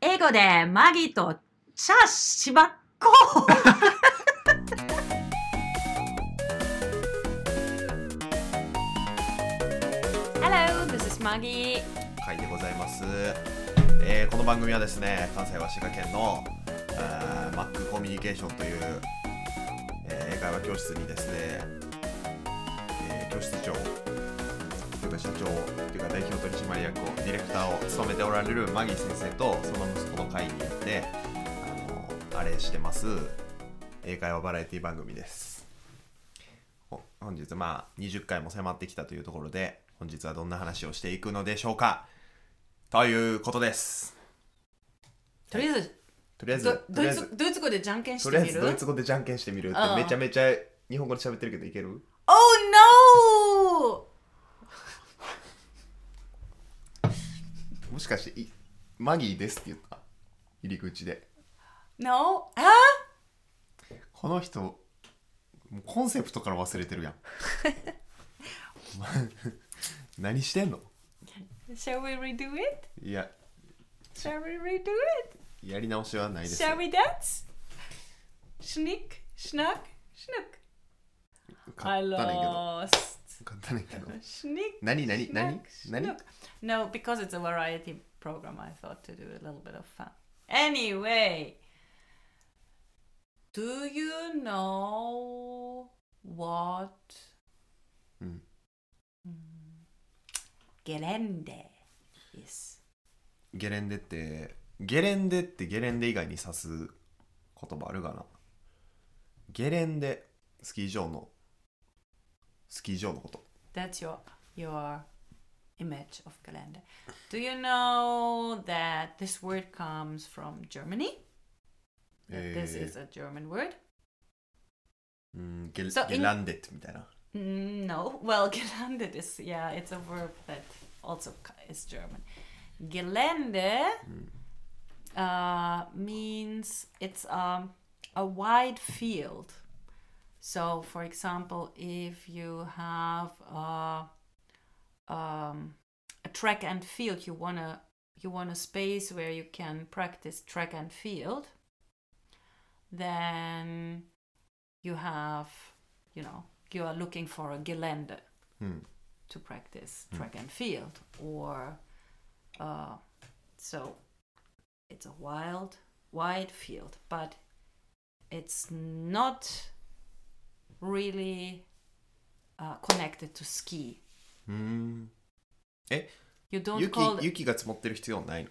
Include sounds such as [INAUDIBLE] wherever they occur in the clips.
後でマギとチャしばっこ Hello, this is Maggie 回でございます、えーこの番組はですね関西は滋賀県のあーマックコミュニケーションという、えー英会話教室にですね、えー教室長というか社長というか代表取締役をディレクターを務めておられるマギー先生とその息子の会に行ってあのあれしてます英会話バラエティ番組ですほ本日まあ20回も迫ってきたというところで本日はどんな話をしていくのでしょうかということですとりあえずとりあえずドとドりあイえずツドイツ語でじゃんけんしとてりあえみずるドイツ語でじゃんけんしてみるってうんめちゃめちゃ日本語で喋ってるけどいける Oh no! もしかしていマギーですって言った入り口で No? あこの人もうコンセプトから忘れてるやんお前何してんの Shall we redo it? いや Shall we redo it? やり直しはないですよ Shall we dance? Schnick, schnack, schnuck. 買 I ったねんけど lost. 買ったねんけど Schnick. 何何何 Schnack, 何 schnuck. No, because it's a variety program, I thought to do a little bit of fun. Anyway, do you know what? Mm. Mm, Gelände is. ゲレンデってゲレンデってゲレンデ以外に指す言葉あるかなゲレンデスキー場のスキー場のこと That's your your image of Gelände. Do you know that this word comes from Germany? That This えー is a German word. うんゲ So in- ゲランデってみたいな Mm, No, [LAUGHS] well, Gelände is yeah, it's a verb that also c- is German. Gelände uh, means it's um, a wide field. So, for example, if you have a, um, a track and field, you wanna you want a space where you can practice track and field. Then you have, you know, you are looking for a gelände うん、 to practice track and field or uh, so it's a wild wide field but it's not really uh, connected to ski うん、 you don't 雪 call it 雪が積もってる必要ないの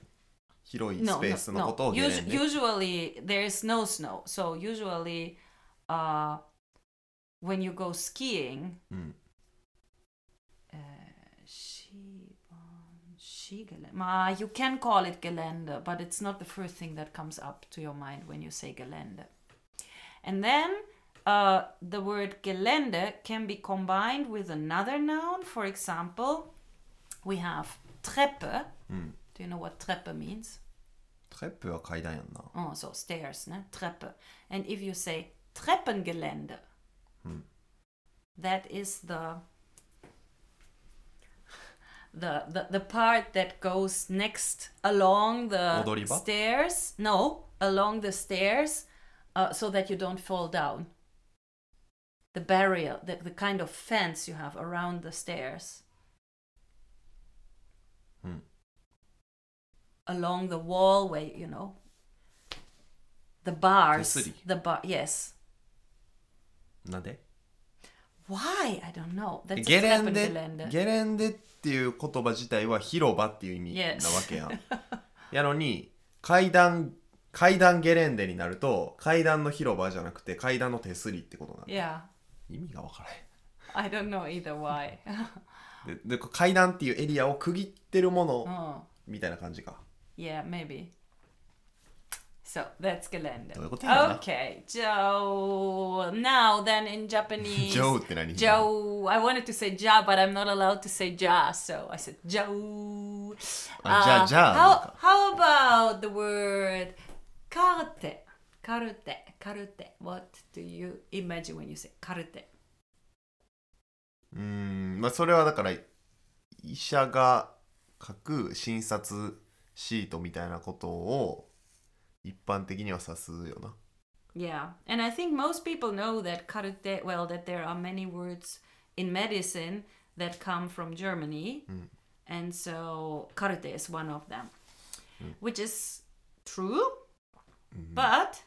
広い no, スペースのことをゲ Usu- レンデ usually there is no snow so usually uh, when you go skiing うん、Uh, Skibahn, Skigelände. Ma, You can call it Gelände, but it's not the first thing that comes up to your mind when you say Gelände. And then uh, the word Gelände can be combined with another noun. For example, we have Treppe. うん、 Do you know what Treppe means? トレップは階段やんな Oh, so stairs, ne? Treppe. And if you say Treppengelände, Hmm. that is the the, the the part that goes next along the Odoriba? stairs. No, along the stairs, uh, so that you don't fall down. The barrier, the, the kind of fence you have around the stairs. Hmm. Along the wall, where you know the bars, Tesserie. the bar, yes. なんで Why I don't know. That's ゲレン Treppengelände. デゲレンデっていう言葉自体は広場っていう意味な Yes. わけや [LAUGHS] んやのに階段階段ゲレンデになると階段の広場じゃなくて階段の手すりってことなの yeah, 意味がわからへん I don't know either why. [LAUGHS] でで階段っていうエリアを区切ってるもの oh, みたいな感じか yeah, maybe. So that's Gelände. どういうことやろな。 Okay, Joe. Now then, in [LAUGHS] Japanese, ジョーって何 Joe. I wanted to say ja, but I'm not allowed to say ja, so I said Joe. あ、じゃあ、じゃあ How, how about the word karate? Karate, karate. What do you imagine when you say karate? うーんまあそれはだから医者が書く診察シートみたいなことを一般的には指すよな Yeah, and I think most people know that karate, well, that there are many words in medicine that come from Germany. And so karate is one of them, which is true. But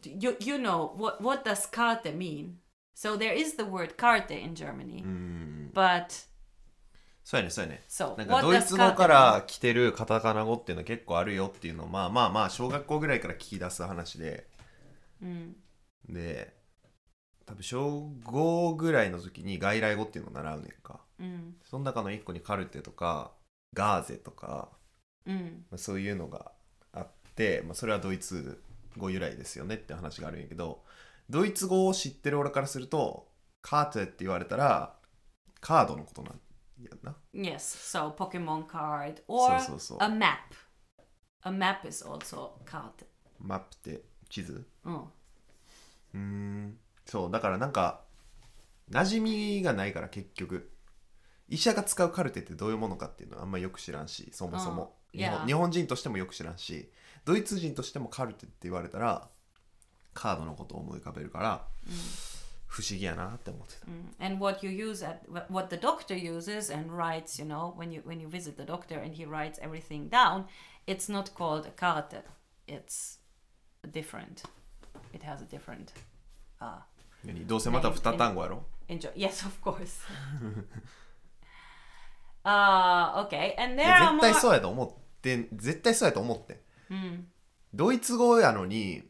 d- you, you know, what, what does karate mean? So there is the word karate in Mm. Germany, うん。 but そうやねそうやね so なんかドイツ語から来てるカタカナ語っていうの結構あるよっていうのをまあまあまあ小学校ぐらいから聞き出す話で Mm. で多分小5ぐらいの時に外来語っていうのを習うねんか Mm. その中の1個にカルテとかガーゼとか Mm. まあそういうのがあって、まあ、それはドイツ語由来ですよねって話があるんやけどドイツ語を知ってる俺からするとカーテって言われたらカードのことなんやな Yes, so Pokemon card or so, so. a map. A map is also card. マップって地図 Mm. うーんそうだからなんか馴染みがないから結局医者が使うカルテってどういうものかっていうのはあんまよく知らんしそもそも、うん日 Yeah. 本日本人としてもよく知らんしドイツ人としてもカルテって言われたらカードのことを思い浮かべるから、不思議やなって思ってた Mm. And what you use at wh- what the doctor uses and writes, you know, when you when you visit the doctor and he writes everything down, it's not called a card. It's different. It has a different. Uh, 何どうせまた2単語やろ enjoy. Yes, [LAUGHS] of [LAUGHS] course. uh, okay, and い there や are 絶対そ more. うやと思って絶対そうやと思ってんドイツ語やのに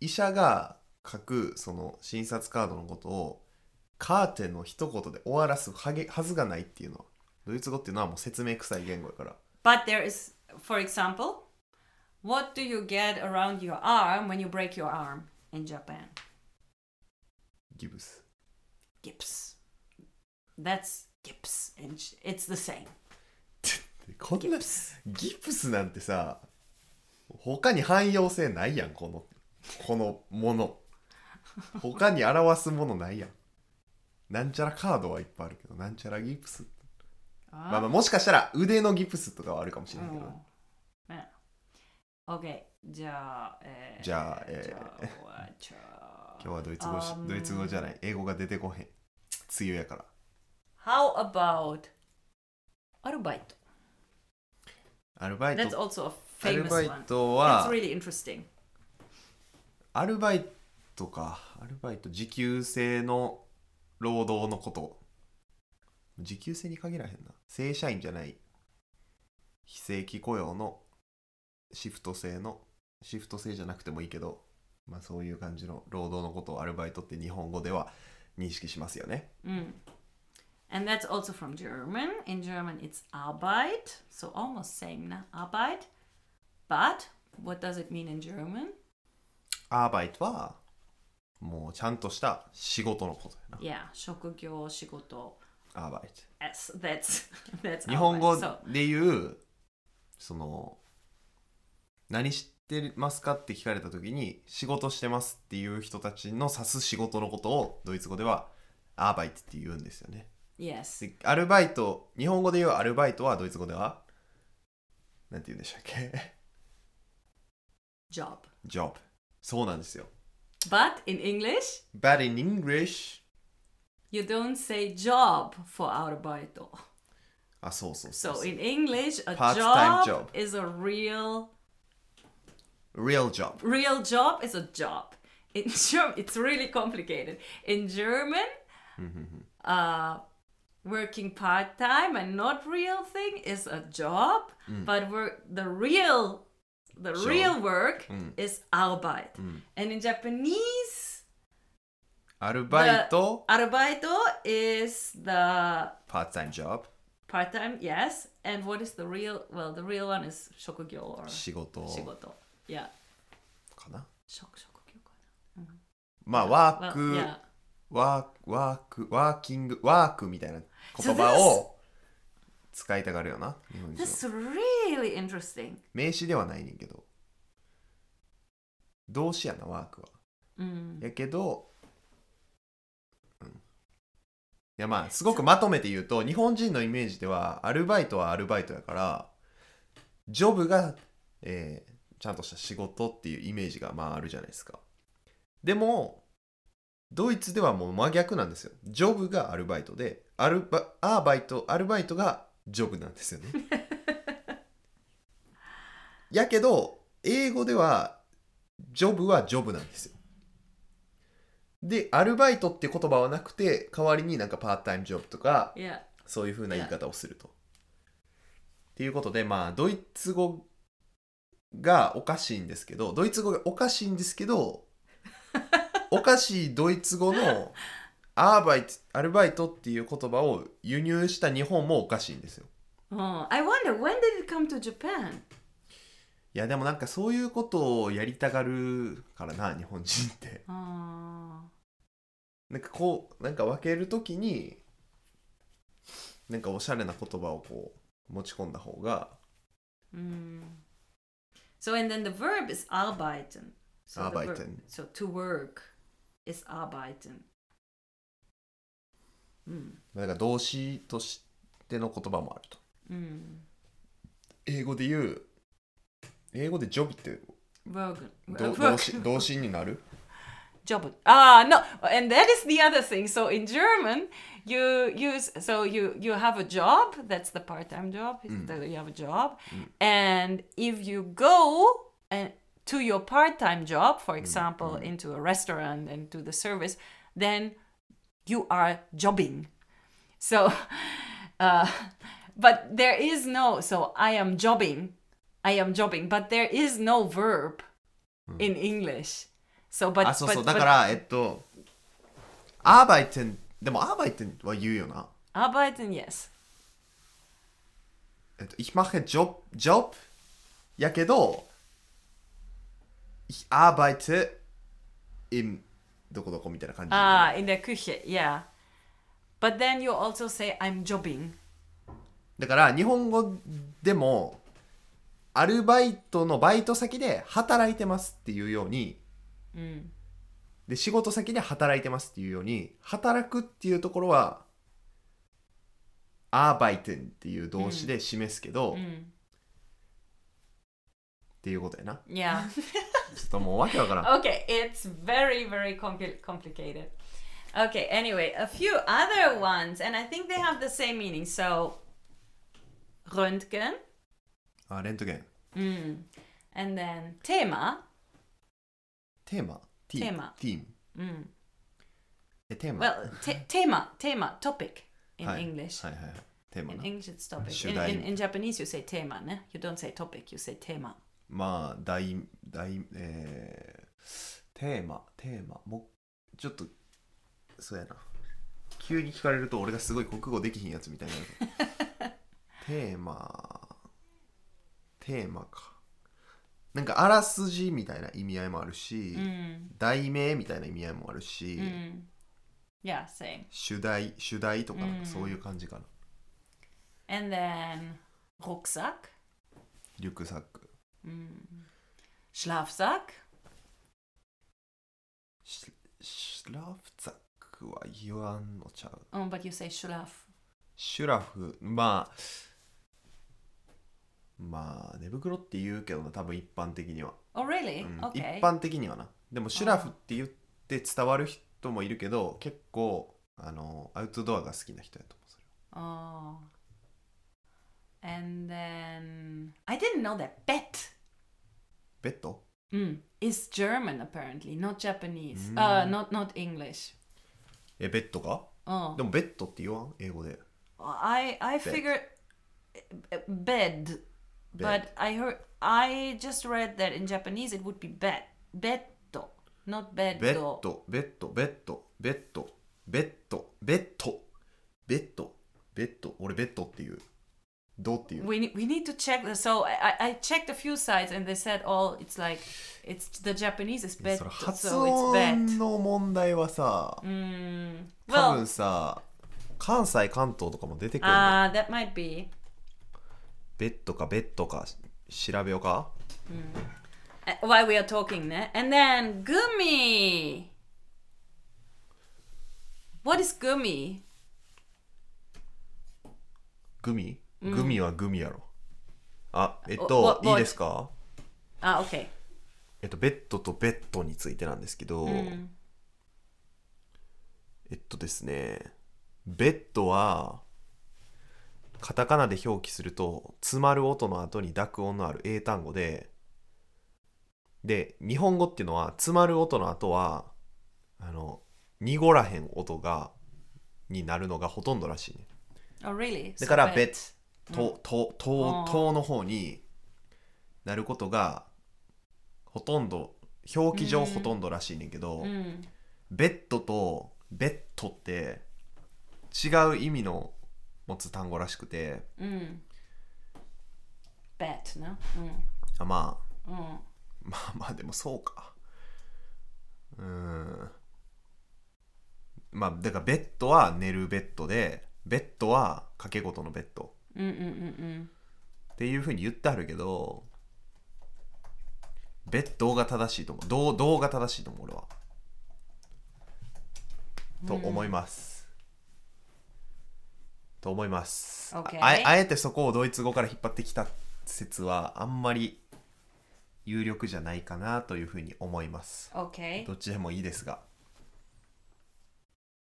医者が書くその診察カードのことをカーテンの一言で終わらすはげはずがないっていうのはドイツ語っていうのはもう説明臭い言語やから But there is, for example, what do you get around your arm when you break your arm in Japan? ギブス [LAUGHS] Gips. That's gips, and sh- it's the same. こんなギ Gips. プスなんてさ他に汎用性ないやんこのこのもの他に表すものないやんなんちゃらカードはいっぱいあるけどなんちゃらギプス Ah. まあまあもしかしたら腕のギプスとかはあるかもしれないけど、ね Oh. Okay, eh, じゃあ、えー、じゃあえーじゃあじゃあ今日はドイツ語し、 Um, ドイツ語じゃない英語が出てこへん梅雨やから How about アルバイトアルバイ That's ト also a アル famous バ one. イト That's は really interesting. アルバイトかアルバイト時給制の労働のこと時給制に限らへんな正社員じゃない非正規雇用のシフト制のシフト制じゃなくてもいいけどまあそういう感じの労働のことをアルバイトって日本語では認識しますよね Mm. And that's also from German. In German, it's Arbeit, so almost same, na? Arbeit. But what does it mean in German? アーバイトはもうちゃんとした仕事のことや Yeah, 職業、仕事。なアーバイト Yes, that's [LAUGHS] that's 日本語 Arbeit. So, で言うその何してますかって聞かれた時に仕事してますっていう人たちの指す仕事のことをドイツ語ではアーバイトって言うんですよね yes. でアルバイト日本語で言うアルバイトはドイツ語ではなんて言うんでしたっけ [LAUGHS] Job. ?job そうなんですよ But in English, But in English you don't say job for Arbeit. あそうそうそう So そう in English, a Part-time job, job. is a real Real job real job is a job. In [LAUGHS] German, it's really complicated. In German, uh, working part time and not real thing is a job, but work the real the Mm. Job. real work Mm. is Arbeit. And in Japanese, アルバイト Arbeito is the part time job part time, yes. And what is the real? Well, the real one is shokugyo or 仕事 shigoto. Yeah, かな shok shokugyo. まあワー Well, ク、 yeah. ワーク、ワーク、ワーキング、ワークみたいな言葉を使いたがるよな、日本人は This is really interesting. 名詞ではないねんけど。動詞やな、ワークは。 Mm. やけど、うん。いやまあ、すごくまとめて言うと、日本人のイメージでは、アルバイトはアルバイトやから、ジョブが、えーちゃんとした仕事っていうイメージがまああるじゃないですかでもドイツではもう真逆なんですよジョブがアルバイトでアルバアーバイトアルバイトがジョブなんですよねやけど英語ではジョブはジョブなんですよでアルバイトって言葉はなくて代わりになんかパートタイムジョブとか Yeah. そういうふうな言い方をすると。っていうことでまあドイツ語がおかしいんですけどドイツ語がおかしいんですけどおかしいドイツ語のアーバイトアルバイトっていう言葉を輸入した日本もおかしいんですよ。 Oh, I wonder when did it come to Japan? いやでもなんかそういうことをやりたがるからな日本人って。 [LAUGHS] Oh. なんかこうなんか分けるときになんかおしゃれな言葉をこう持ち込んだ方が Mm. So and then the verb is arbeiten. So the verb- Arbeiten. so to work is arbeiten. Mm. なんか動詞としての言葉もあると。 Mm. 英語で言う、英語でジョブって Worken. [LAUGHS] ど Work. 動詞動詞にな [LAUGHS] る Job. Ah, no, and that is the other thing. So in German, you use so you you have a job. That's the part-time job. that You have a job, and if you go and to your part-time job, for example, into a restaurant and do the service, then you are jobbing. So, [LAUGHS] uh, but there is no. So I am jobbing. I am jobbing, but there is no verb in English. Hmm. Ah, So, but あ、そうそう。 but- だ but- から、えっと、アーバイテン、でもアーバイテンは言うよな。 Arbeiten, ah, yes. えっと、ich mache Job, Job やけど、ich arbeite im どこどこみたいな感じ。 Ah, in der Küche, yeah. But then you also say I'm jobbing. だから、日本語でも、アルバイトのバイト先で働いてますっていうように、 Mm. で仕事先で働いてますっていうように働くっていうところはアーバイテンっていう動詞で示すけど、っ Mm. ていうことやな [LAUGHS] Yeah. ちょっともうわけわからん okay, it's very very compli- complicated. Okay, anyway, a few other ones and I think they have the same meaning. So Röntgen あレントゲン mm. and then Thema. テーマテテーマティーム Mm. えテーマ Well, te- Thema, Thema, topic in はい English. はいはいはいテーマ In な English, it's topic. Should In, I- in, in Japanese, you say tema, ne? You don't say topic, you say tema. [LAUGHS] まあ大大えー、テーマテーマもうちょっとそうやな急に聞かれると俺がすごい国語できひんやつみたいになるテーマテーマかなんかあらすじみたいな意味合いもあるし、 Mm. 題名みたいな意味合いもあるし、 Mm. Yeah, same. 主題主題とかなんうんかそういう感じかな、 And then Rucksack, リュックサック mm. Schlafsack, シシュラフザックは言わんのちゃう oh, but you say Schlaf. シュラフまあまあ寝袋って言うけどな多分一般的には、 Oh, う really? ん Okay. 一般的にはなでもシュラフって言って伝わる人もいるけど結構あのアウトドアが好きな人やと思うそれ Oh. And then I didn't know that bet ベッド mm. is German apparently, not Japanese. Uh, not not English. えベッドが Oh. でもベッドって言わん英語で I I figured uh, bed, but I heard I just read that in Japanese it would be bed, beddo, not beddo. ベッドベッドベッドベッドベッドベッドベッドベッド俺ベッドっていうどうっていう We ne- we need to check. The, so I I- I checked a few sites and they said all it's like it's the Japanese is いや bed, それ発 so it's 音 bed. の問題はさ、 Mm, 多分 well, さ関西関東とかも出てくるの ah, that might be. ベッドかベッドかし調べようか Uh, While we are talking, ne? and then gummy. What is gummy? グミ、グミはグミやろあえっと What- い what- いですか Ah, あ、OK。えっと、ベッドとベッドについてなんですけど、うん。えっとですね、ベッドは、カタカナで表記すると、詰まる音の後に濁音のある英単語で、で、日本語っていうのは、詰まる音の後は、あの、濁らへん音が、になるのがほとんどらしいね。 Oh, really? だから、 So ベッド、と、と、とあ、ーとの方になることが、ほとんど、表記上ほとんどらしいねんけど、うん。ベッドとベッドって違う意味の持つ単語らしくてうん。ベッドな。あまあ [LAUGHS] うん。うん。まあまあでもそうかうーんまあだからベッドは寝るベッドでベッドは掛け事のベッドうんうんうんっていうふうに言ってあるけどベッドが正しいと思うどうどうが正しいと思う俺はと思います、と思います、 OK ああえてそこをドイツ語から引っ張ってきた説はあんまり有力じゃないかなというふうに思いますうん。OK。どっちでもいいですが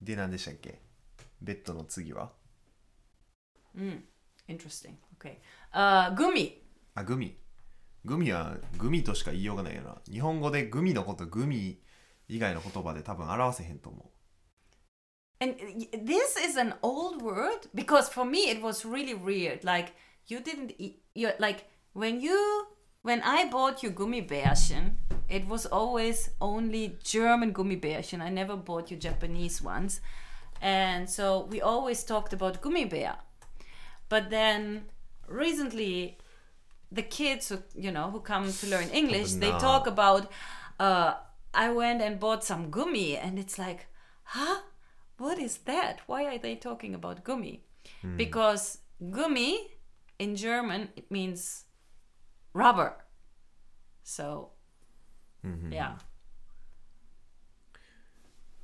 で何でしたっけベッドの次はうん。Interesting. Uh, OK. あ、グミ。あ、グミ。グミはグミとしか言いようがないよな。日本語でグミのことグミ以外の言葉で多分表せへんと思 And uh, this is an old word because for me it was really weird. Like you didn't eat, you like when you when I bought you gummibärchen, it was always only German gummibärchen. I never bought you Japanese ones. And so we always talked about gummibär. But then recently the kids who you know who come to learn English, they Nah. talk about uh, I went and bought some gummy and it's like, huh? What is that? Why are they talking about gummy? Because gummy in German it means rubber. So yeah. う。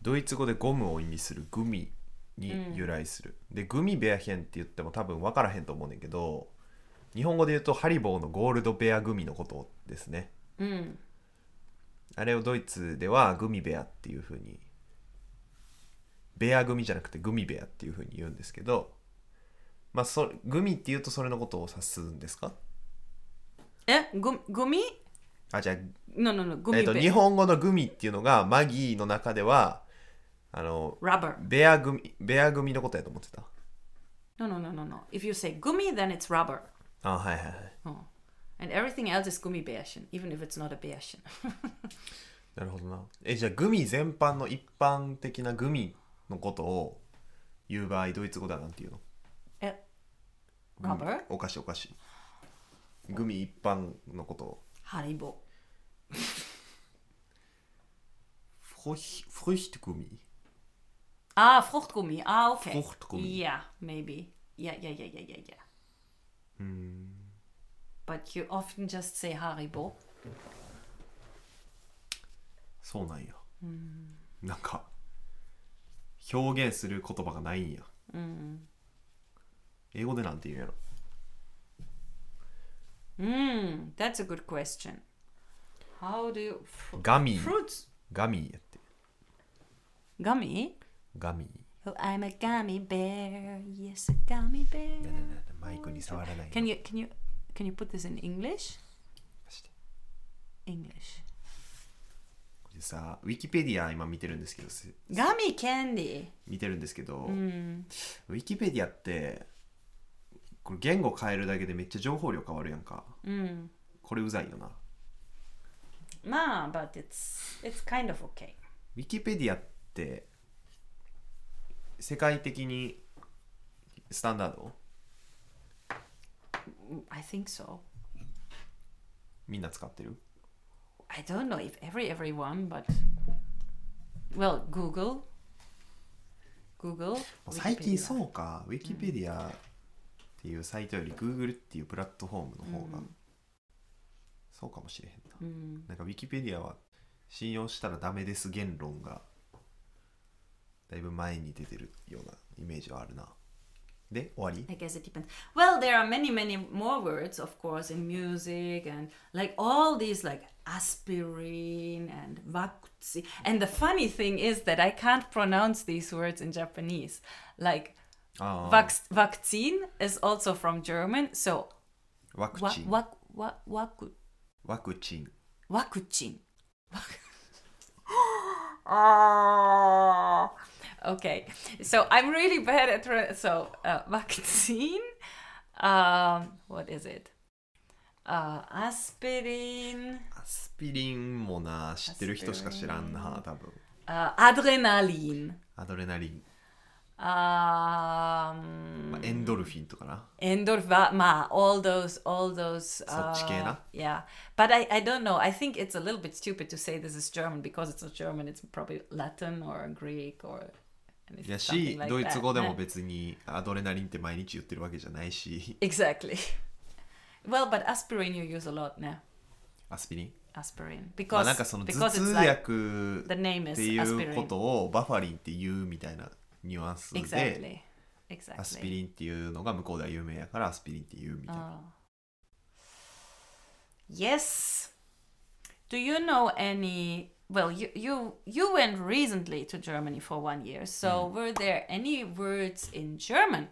ドイツ語でゴムを意味するグミに由来する。で、グミベア編って言っても多分分からへんと思うねんけど、日本語で言うとハリボーのゴールドベアグミのことですね。 Mm. あれをドイツではグミベアっていうふうに、ベアグミじゃなくてグミベアっていうふうに言うんですけど、まあそ、グミっていうとそれのことを指すんですか Eh? Gum- gummy? あ、じゃあ、 No, no, no. え Gummy っと、 bear. 日本語のグミっていうのがマギーの中ではあの Rubber. ベアグミベアグミのことやと思ってた No, no, no, no, no. If you say gummy, then it's rubber. あはいはいはい Oh. And everything else is gummibärchen, even if it's not a bärchen. なるほどなえじゃあグミ全般の一般的なグミのことを言う場合ドイツ語ではなんて言うの [LAUGHS] Eh, rubber? お菓子お菓子グミ一般のことを Haribo. フロヒフロヒトグミ Ah, Fruchtgummi. Ah, okay. Fruchtgummi. Yeah, maybe. Yeah, yeah, yeah, yeah, yeah, yeah. But you often just say Haribo. そうなんや、なんか表現する言葉がないんや、英語でなんて言うんやろ Mm, that's a good question. How do you. Fr- ガミ fruits? ガミやって Gummy? ガミ Oh, I'm a gummy bear. Yes, a gummy bear. いやいやいやマイクに触らない Can you can you can you put this in English? して English. これさウィキペディア今見てるんですけどす Gummy candy. 見てるんですけど、ウィキペディアってこれ言語変えるだけでめっちゃ情報量変わるやんか、これうざいよな Nah, but it's it's kind of okay. ウィキペディアって世界的にスタンダード I think so. みんな使ってる I don't know if every everyone, but well, Google, Google. 最近 Wikipedia. そうかウィキペディアっていうサイトより Google っていうプラットフォームの方が、そうかもしれへんな、うんなんかウィキペディアは信用したらダメです言論がだいぶ前に出てるようなイメージはあるなで終わり I guess it depends. Well, there are many, many more words, of course, in music and like all these like aspirin and vaccine. And the funny thing is that I can't pronounce these words in Japanese. Like あー vac- vaccine is also from German, so ワク wa- チン wa- wa- waku- ワクチン Wakuchin. [LAUGHS] Ah. okay, so I'm really bad at re- so uh, vaccine. Um, what is it? Uh, aspirin, アスピリンもな知ってる人しか知らんな多分 uh, adrenaline, アドレナリン、まあ、エ um, ンドルフィンとかな endorphin, ma, all those, all those. Uh, そっち系な。 yeah, but I, I don't know. I think it's a little bit stupid to say this is German because it's not German. It's probably Latin or Greek or. and it's や something し like ドイツ that, 語でもね別にアドレナリンって毎日言ってるわけじゃないし Exactly. [LAUGHS] Well, but aspirin you use a lot now. アスピリン Aspirin まあ because なんかその because 頭 it's 痛 like 薬 the name っ is ていうこ aspirin. とをバファリンって言うみたいなニュアンスで Exactly. Exactly. アスピリンっていうのが向こうでは有名やからアスピリンって言うみたいな Oh. Yes. Do you know any? Well, you you you went recently to Germany for one year. So were there any words in German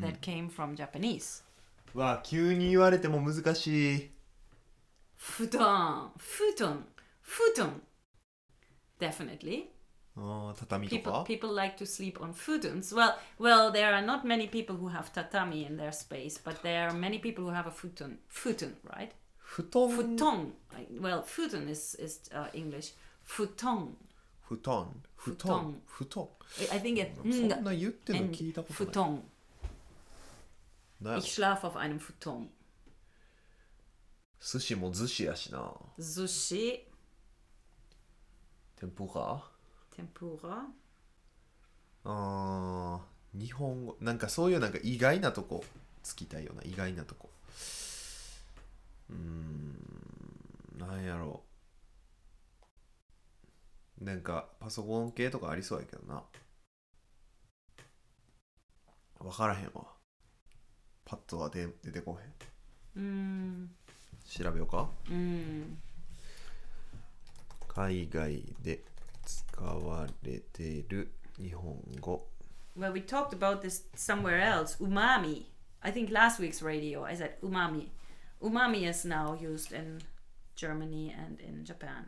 that came from Japanese? うわ急に言われても難しい Futon, futon, futon. Definitely. うん畳と people か people like to sleep on futons. Well, well, there are not many people who have tatami in their space, but there are many people who have a futon. Futon, right? 布団 Futon. I- Well, futon is is uh, English. Futon. 布団布団布団 I- I think it. そんな言ってるの And 聞いたことない futon. なんや Ich schlafe auf einem Futon. 寿司も寿司やしな Sushi, 天ぷら tempura. あー日本語なんかそういうなんか意外なとこつきたいよな意外なとこうーんなんやろうなんかパソコン系とかありそうやけどな分からへんわパッとは出出てこへん Mm, 調べようか mm. 海外で使われてる日本語 Well, we talked about this somewhere else. Umami. I think last week's radio, I said umami. Umami is now used in Germany and in Japan.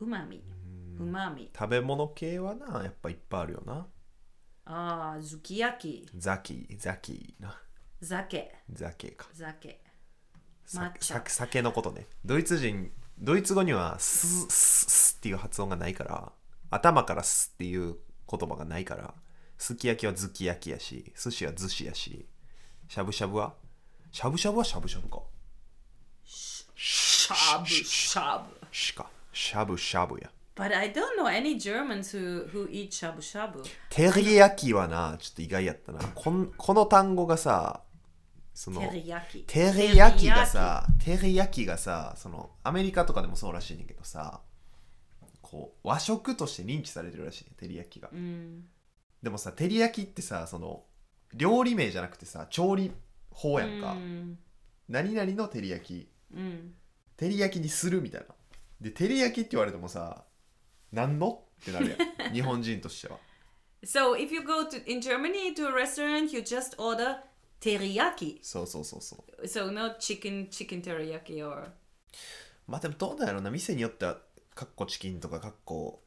Umami. Umami. 食べ物系はなやっぱいっぱいあるよな Ah, zukiyaki. ザキザキな Zake. ザケか Zake. さ抹茶さ酒のことねドイツ人ドイツ語にはスススっていう発音がないから頭からスっていう言葉がないからすき焼きはずき焼きやし寿司は寿司やししゃぶしゃぶはしゃぶしゃぶはしゃぶしゃぶか Shabu. Shabu. しかしゃぶしゃぶや But I don't know any Germans who, who eat shabu shabu. テリヤキはなちょっと意外やったなこんこの単語がさその Teriyaki. テリヤキがさテリヤキがさそのアメリカとかでもそうらしいねんけどさこう和食として認知されてるらしいねテリヤキが、 Mm. でもさテリヤキってさその料理名じゃなくてさ調理法やんか、 Mm. 何々のテリヤキ Mm. テリヤキにするみたいなでテリヤキって言われてもさ何のってなるや [LAUGHS] ん日本人としては So if you go to in Germany to a restaurant, you just order teriyaki. そうそうそうそう So not chicken chicken teriyaki or まあでもどうなんやろな店によってはカッコチキンとかカッコ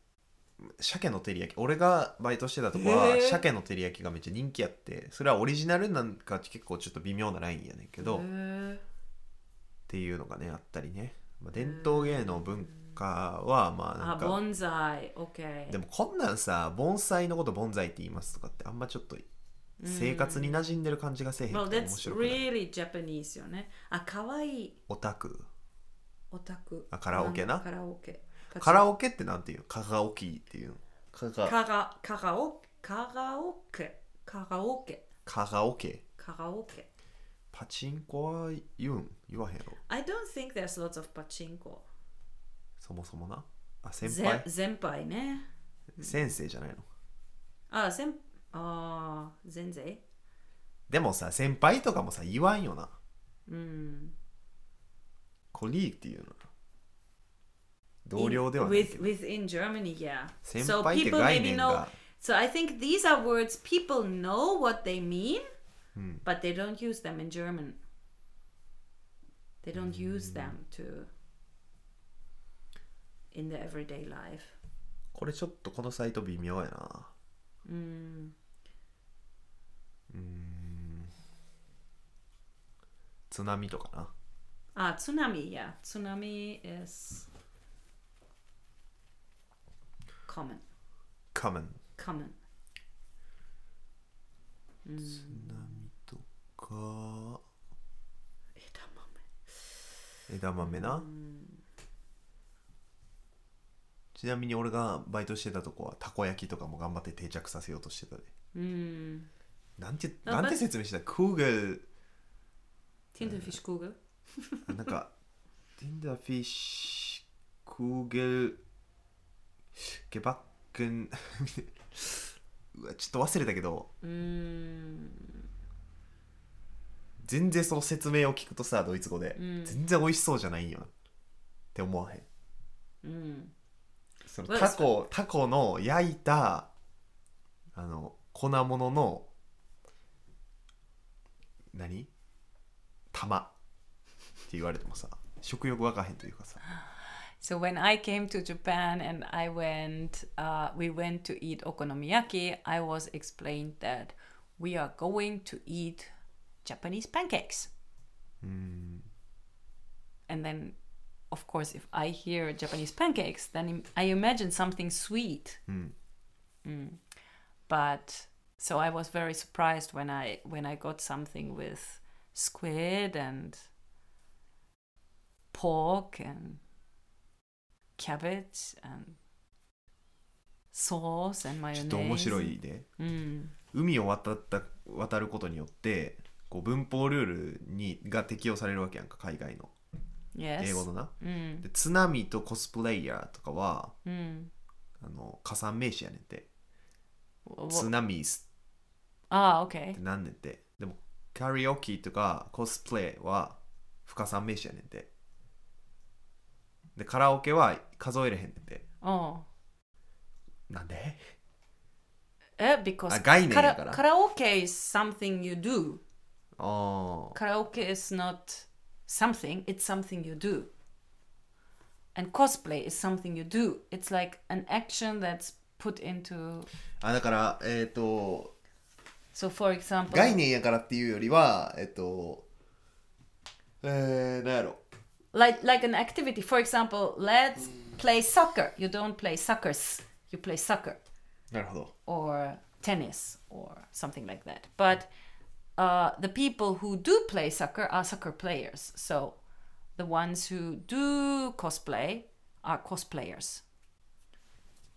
鮭の照り焼き俺がバイトしてたとこはへー鮭の照り焼きがめっちゃ人気やってそれはオリジナルなんか結構ちょっと微妙なラインやねんけ uh, ど、っていうのがねあったりね、まあ、伝統芸能文化はまあな ah んか bonsai. Okay. でもこんなんさ盆栽のこと盆栽って言いますとかってあんまちょっと生活に馴染んでる感じがせえへんか Well, ら面 that's 白くない、 really Japanese, よね。あ、可愛いオタクオタク。あカラオケなカラオケ。カラオオケってなんていうカラオキっていうのカラカラカラオカラオケカラオケカラオケカラオケ。パチンコは言うん言わへんやろ I don't think there's lots of pachinko. そもそもなあ先ぜ輩先輩ね。先生じゃないの Ah, あ、先あー、全然。でもさ先輩とかもさ言わんよなうんコリーっていうの同僚ではない In- け with ど within Germany, yeah. 先 So 輩って people 概 maybe 念 know. が So I think these are words people know what they mean, but they don't use them in German. They don't use them to in the everyday life. これちょっとこのサイト微妙やな Mm. 津波とかな Ah, tsunami. Yeah, tsunami is common. common Common. 津波とか Edamame. 枝豆な、ちなみに俺がバイトしてたとこはたこ焼きとかも頑張って定着させようとしてたで Mm. なんてあなんて説明したクーゲル Tintenfischkugel. なんかティンダーフィッシュクーゲルゲバックン [LAUGHS] うわちょっと忘れたけど Mm. 全然その説明を聞くとさドイツ語で、うん全然美味しそうじゃないんよなって思わへん Mm. そのうわタコタコの焼いたあの粉物の何玉って言われてもさ食欲わかへんというかさ So when I came to Japan and I went, uh, we went to eat okonomiyaki. I was explained that we are going to eat Japanese pancakes. And then, of course, if I hear Japanese pancakes, then im- I imagine something sweet. Mm. But so I was very surprised when I when I got something with squid and pork and cabbage and sauce and ち mayonnaise. ょっと面白いで Mm. 海を渡った渡ることによってこう文法ルールにが適用されるわけやんか海外の Yes. 英語のな Mm. で津波とコスプレイヤーとかは Mm. あの加算名詞やねんて Wh- wh- 津波ス ah, okay. ってなんねんてでもカラオケとかコスプレは不可算名詞やねんてでカラオケは数えれへんねんて Oh. なんで Eh, because あ概念 kara- やから karaoke is something you do. ああ Karaoke is not something, it's something you do. And cosplay is something you do. It's like an action that's put into. あだからえっ、と So, for example. 概念やからっていうよりはえっ、とえー、なんやろ like like an activity. For example, let's play soccer. You don't play suckers. You play soccer なるほど or tennis or something like that. But uh, the people who do play soccer are soccer players. So the ones who do cosplay are cosplayers.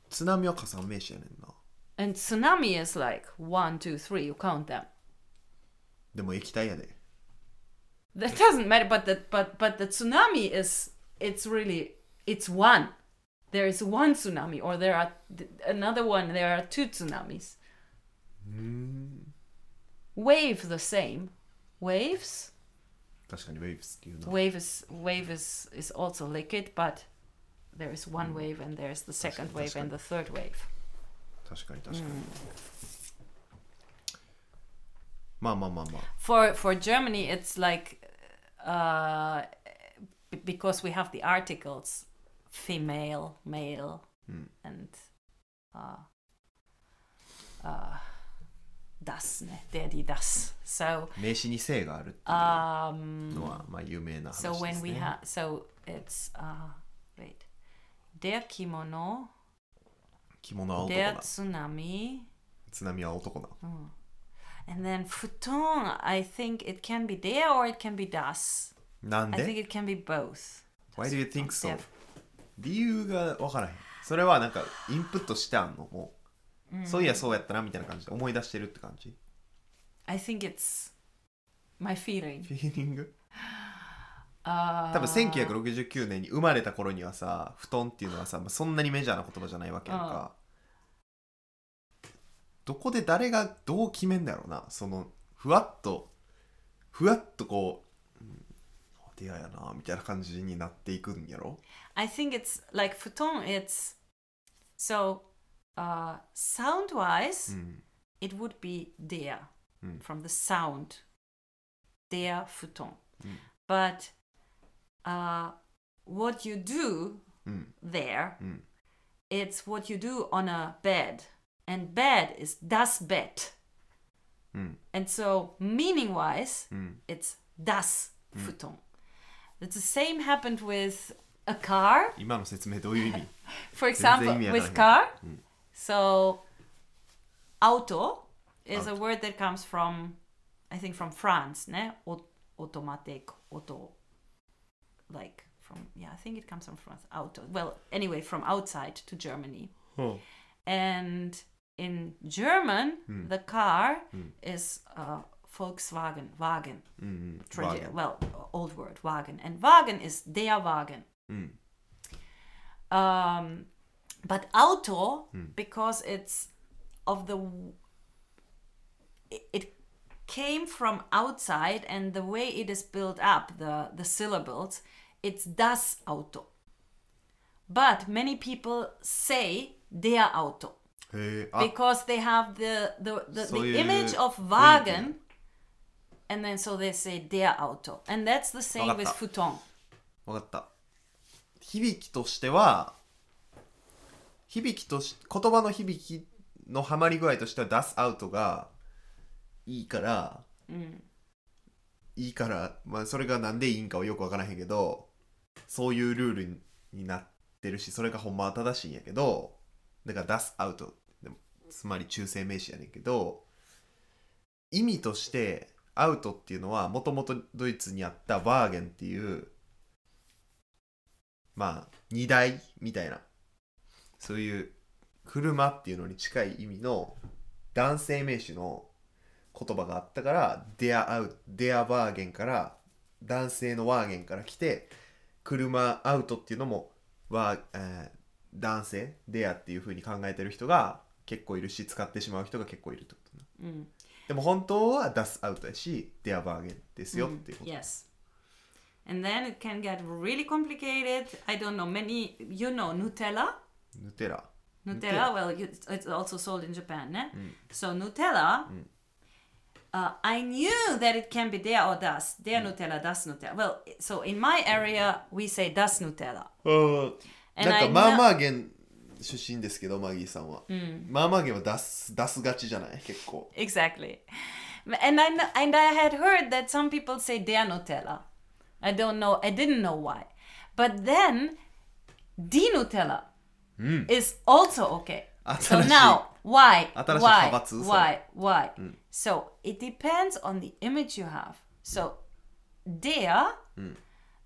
津波は加算名詞やねんな And tsunami is like one, two, three. You count them. でも液体やで That [LAUGHS] doesn't matter. But the but but the tsunami is it's really it's one. There is one tsunami, or there are th- another one. There are two tsunamis. うーん Wave the same. Waves. 確かにウェイブスっていうな Wave is wave is is also liquid, but there is one wave and there is the second wave and the third wave. 確かに確かに、まあまあまあまあ For for Germany, it's like uh, b- because we have the articles female, male, and uh, uh, das, ne? der, die, das. So 名詞に性があるっていう um, のは、まあ有名な話 So で when すね。we have, so it's uh, wait, der kimono, 着物は男 der だ。 tsunami, 津波は男だ。 and then futon. I think it can be der or it can be das. なん I think で it can be both. ?Why do you think so? で理由がわからへん。それはなんかインプットしてあんのもう、そういやそうやったなみたいな感じで思い出してるって感じ。 I think it's my feeling. フィーリング Uh, 多分1969年に生まれた頃にはさ、布団っていうのはさ、まあそんなにメジャーな言葉じゃないわけやんか。どこで誰がどう決めんだろうな、そのふわっとふわっとこううん「出会いやな」みたいな感じになっていくんやろ I think it's like futon. It's so uh, sound wise, うん、 it would be der Mm. from the sound der futon. Mm. But uh, what you do うん、 there, うん。 it's what you do on a bed, and bed is das Bett. うん、 And so, meaning wise, うん、 it's das futon. It's the same happened with a car. 今の説明どういう意味 For 全然 example, 意味わからへ with ん car, うん so auto is a Auto. word that comes from, I think, from France, ne? Au- automatic, auto, like from yeah, I think it comes from France. Auto. Well, anyway, from outside to Germany, ほ and in German, the car Mm. is uh, Volkswagen, Wagen. ううん、うん Tradi- ワーゲン Well, old word, Wagen, and Wagen is der Wagen. うん、 um, but auto because it's of the it, it came from outside and the way it is built up the the syllables it's das auto but many people say der auto へえ、あ、 because they have the the, the, Ah. So the you- image of wagen and then so they say der auto and that's the same with Vakatta. futon わかった。響きとしては、響きとし、言葉の響きのハマり具合としては、出すアウトがいいから、いいから、まあ、それがなんでいいんかはよくわからへんけど、そういうルールにになってるし、それがほんまは正しいんやけど、だから出すアウト、でもつまり中性名詞やねんけど、意味として、アウトっていうのは、もともとドイツにあったバーゲンっていう、まあ、荷台みたいな、そういう車っていうのに近い意味の男性名詞の言葉があったから、デアアウデアバーゲンから、男性のワーゲンから来て、車アウトっていうのも、ワーえー男性、デアっていう風に考えてる人が結構いるし、使ってしまう人が結構いるってことね。 Mm. でも本当はダスアウトやし、デアバーゲンですよっていうこと。 Yes. And then it can get really complicated. I don't know, many, you know, Nutella. ヌテラ。 Nutella, Nutella. Mm. well, you, it's also sold in Japan. Ne? So, Nutella, uh, I knew that it can be there or das. Der Mm. Nutella, das Nutella. Well, so in my area, we say das Nutella. うん And なん I かまあまあゲン出身ですけどマギーさんは、まあまあゲンは出す出すがちじゃない結構 Exactly. And I, kn- and I had heard that some people say der Nutella. I don't know, I didn't know why. But then, die Nutella is also okay. So 新しい now, why? 新しい Why? 派閥、それ。 Why? Why? So it depends on the image you have. So, der,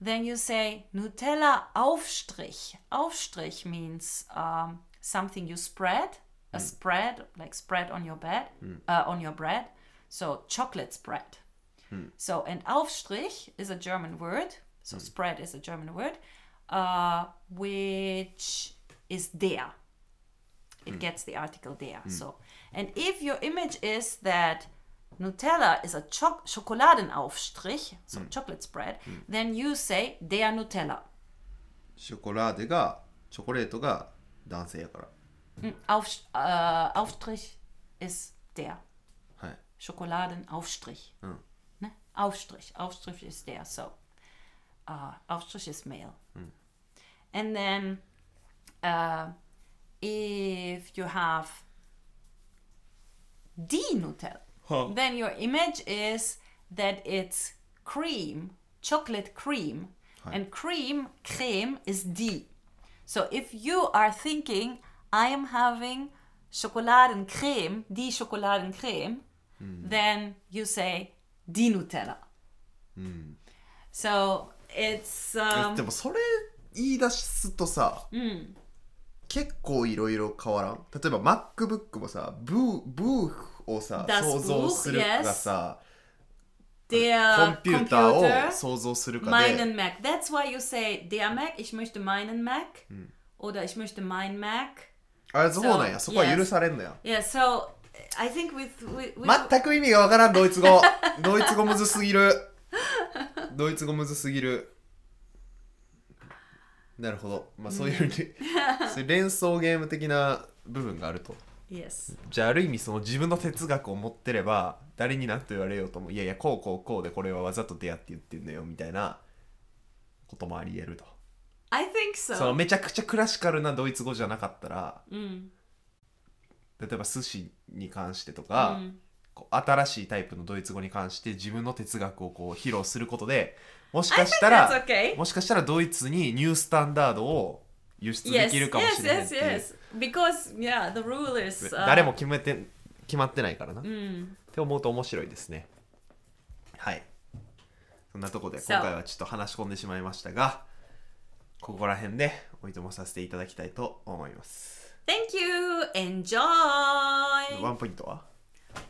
then you say Nutella Aufstrich. Aufstrich means um, something you spread, a spread, like spread on your bed, uh, on your bread. So chocolate spread. So and Aufstrich is a German word. So spread is a German word, uh, which is der. It gets the article der. So and if your image is that Nutella is a cho- Schokoladenaufstrich, so chocolate spread, then you say der Nutella. ショコラーデがチョコレートが男性やから Mm, Auf, äh, Aufstrich ist der. はい Schokoladenaufstrich. Ja. Ne? Aufstrich. Aufstrich ist der. So. Uh, Aufstrich is male. Hm. And then uh, if you have die Nutella, Huh. then your image is that it's cream, chocolate cream. Hi. And cream, creme is die. So if you are thinking, I am having chocoladencreme, die chocoladencreme, then you say die Nutella. Hmm. So it's で um, もそれ言い出すとさ、結構いろいろ変わらん例えば MacBook もさブーブーフをさ Das 想像する Buch, yes. かさ、コン der ピューター uh, Computer, を想像するかで meinen Mac. That's why you say der Mac, ich möchte meinen Hmm. Mac. Oder ich möchte mein Mac. あそうなんや So, そこは許されんのや、 Yeah, so I think with, with, with 全く意味がわからんドイツ語ドイツ語むずすぎるドイツ語むずすぎるなるほどまあそういうれそういう連想ゲーム的な部分があると yes じゃあある意味その自分の哲学を持ってれば誰に何と言われようともいやいやこうこうこうでこれはわざと出会って言ってんだよみたいなこともあり得ると I think その so めちゃくちゃクラシカルなドイツ語じゃなかったら mm. 例えば寿司に関してとか、 Mm. こう新しいタイプのドイツ語に関して自分の哲学をこう披露することでもしかした I ら think that's okay もしかしたらドイツにニュースタンダードを輸出で yes きるかも yes しれないっ yes ていう yes because yeah the rule is uh, 誰も決めて決まってないからな、っ mm. て思うと面白いですねはいそんなとこでそう今回はちょっと話し込んでしまいましたがここら辺でおいともさせていただきたいと思います thank you ワ enjoy ンポイントは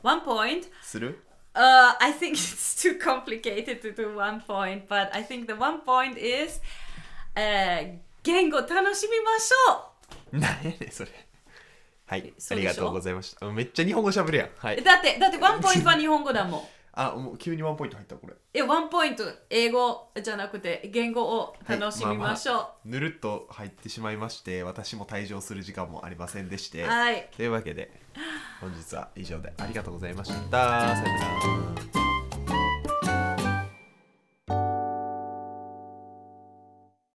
one point する Uh, I think [LAUGHS] it's too complicated to do one point, but I think the one point is uh, 言語楽しみましょ [LAUGHS] なんやねんそれはいあそうりでしょがとうございましためっちゃ日本語しゃべるやんはいうだって、だってワンポイ [LAUGHS] ントは日本語だもん。あもう急にワンポイント入ったこれえ、ワンポイント、英語じゃなくて言語を楽しみましょう。はぬるっと入ってしまいまして私も退場する時間もありませんでしてはいというわけで本日は以上でありがとうございましたさよなら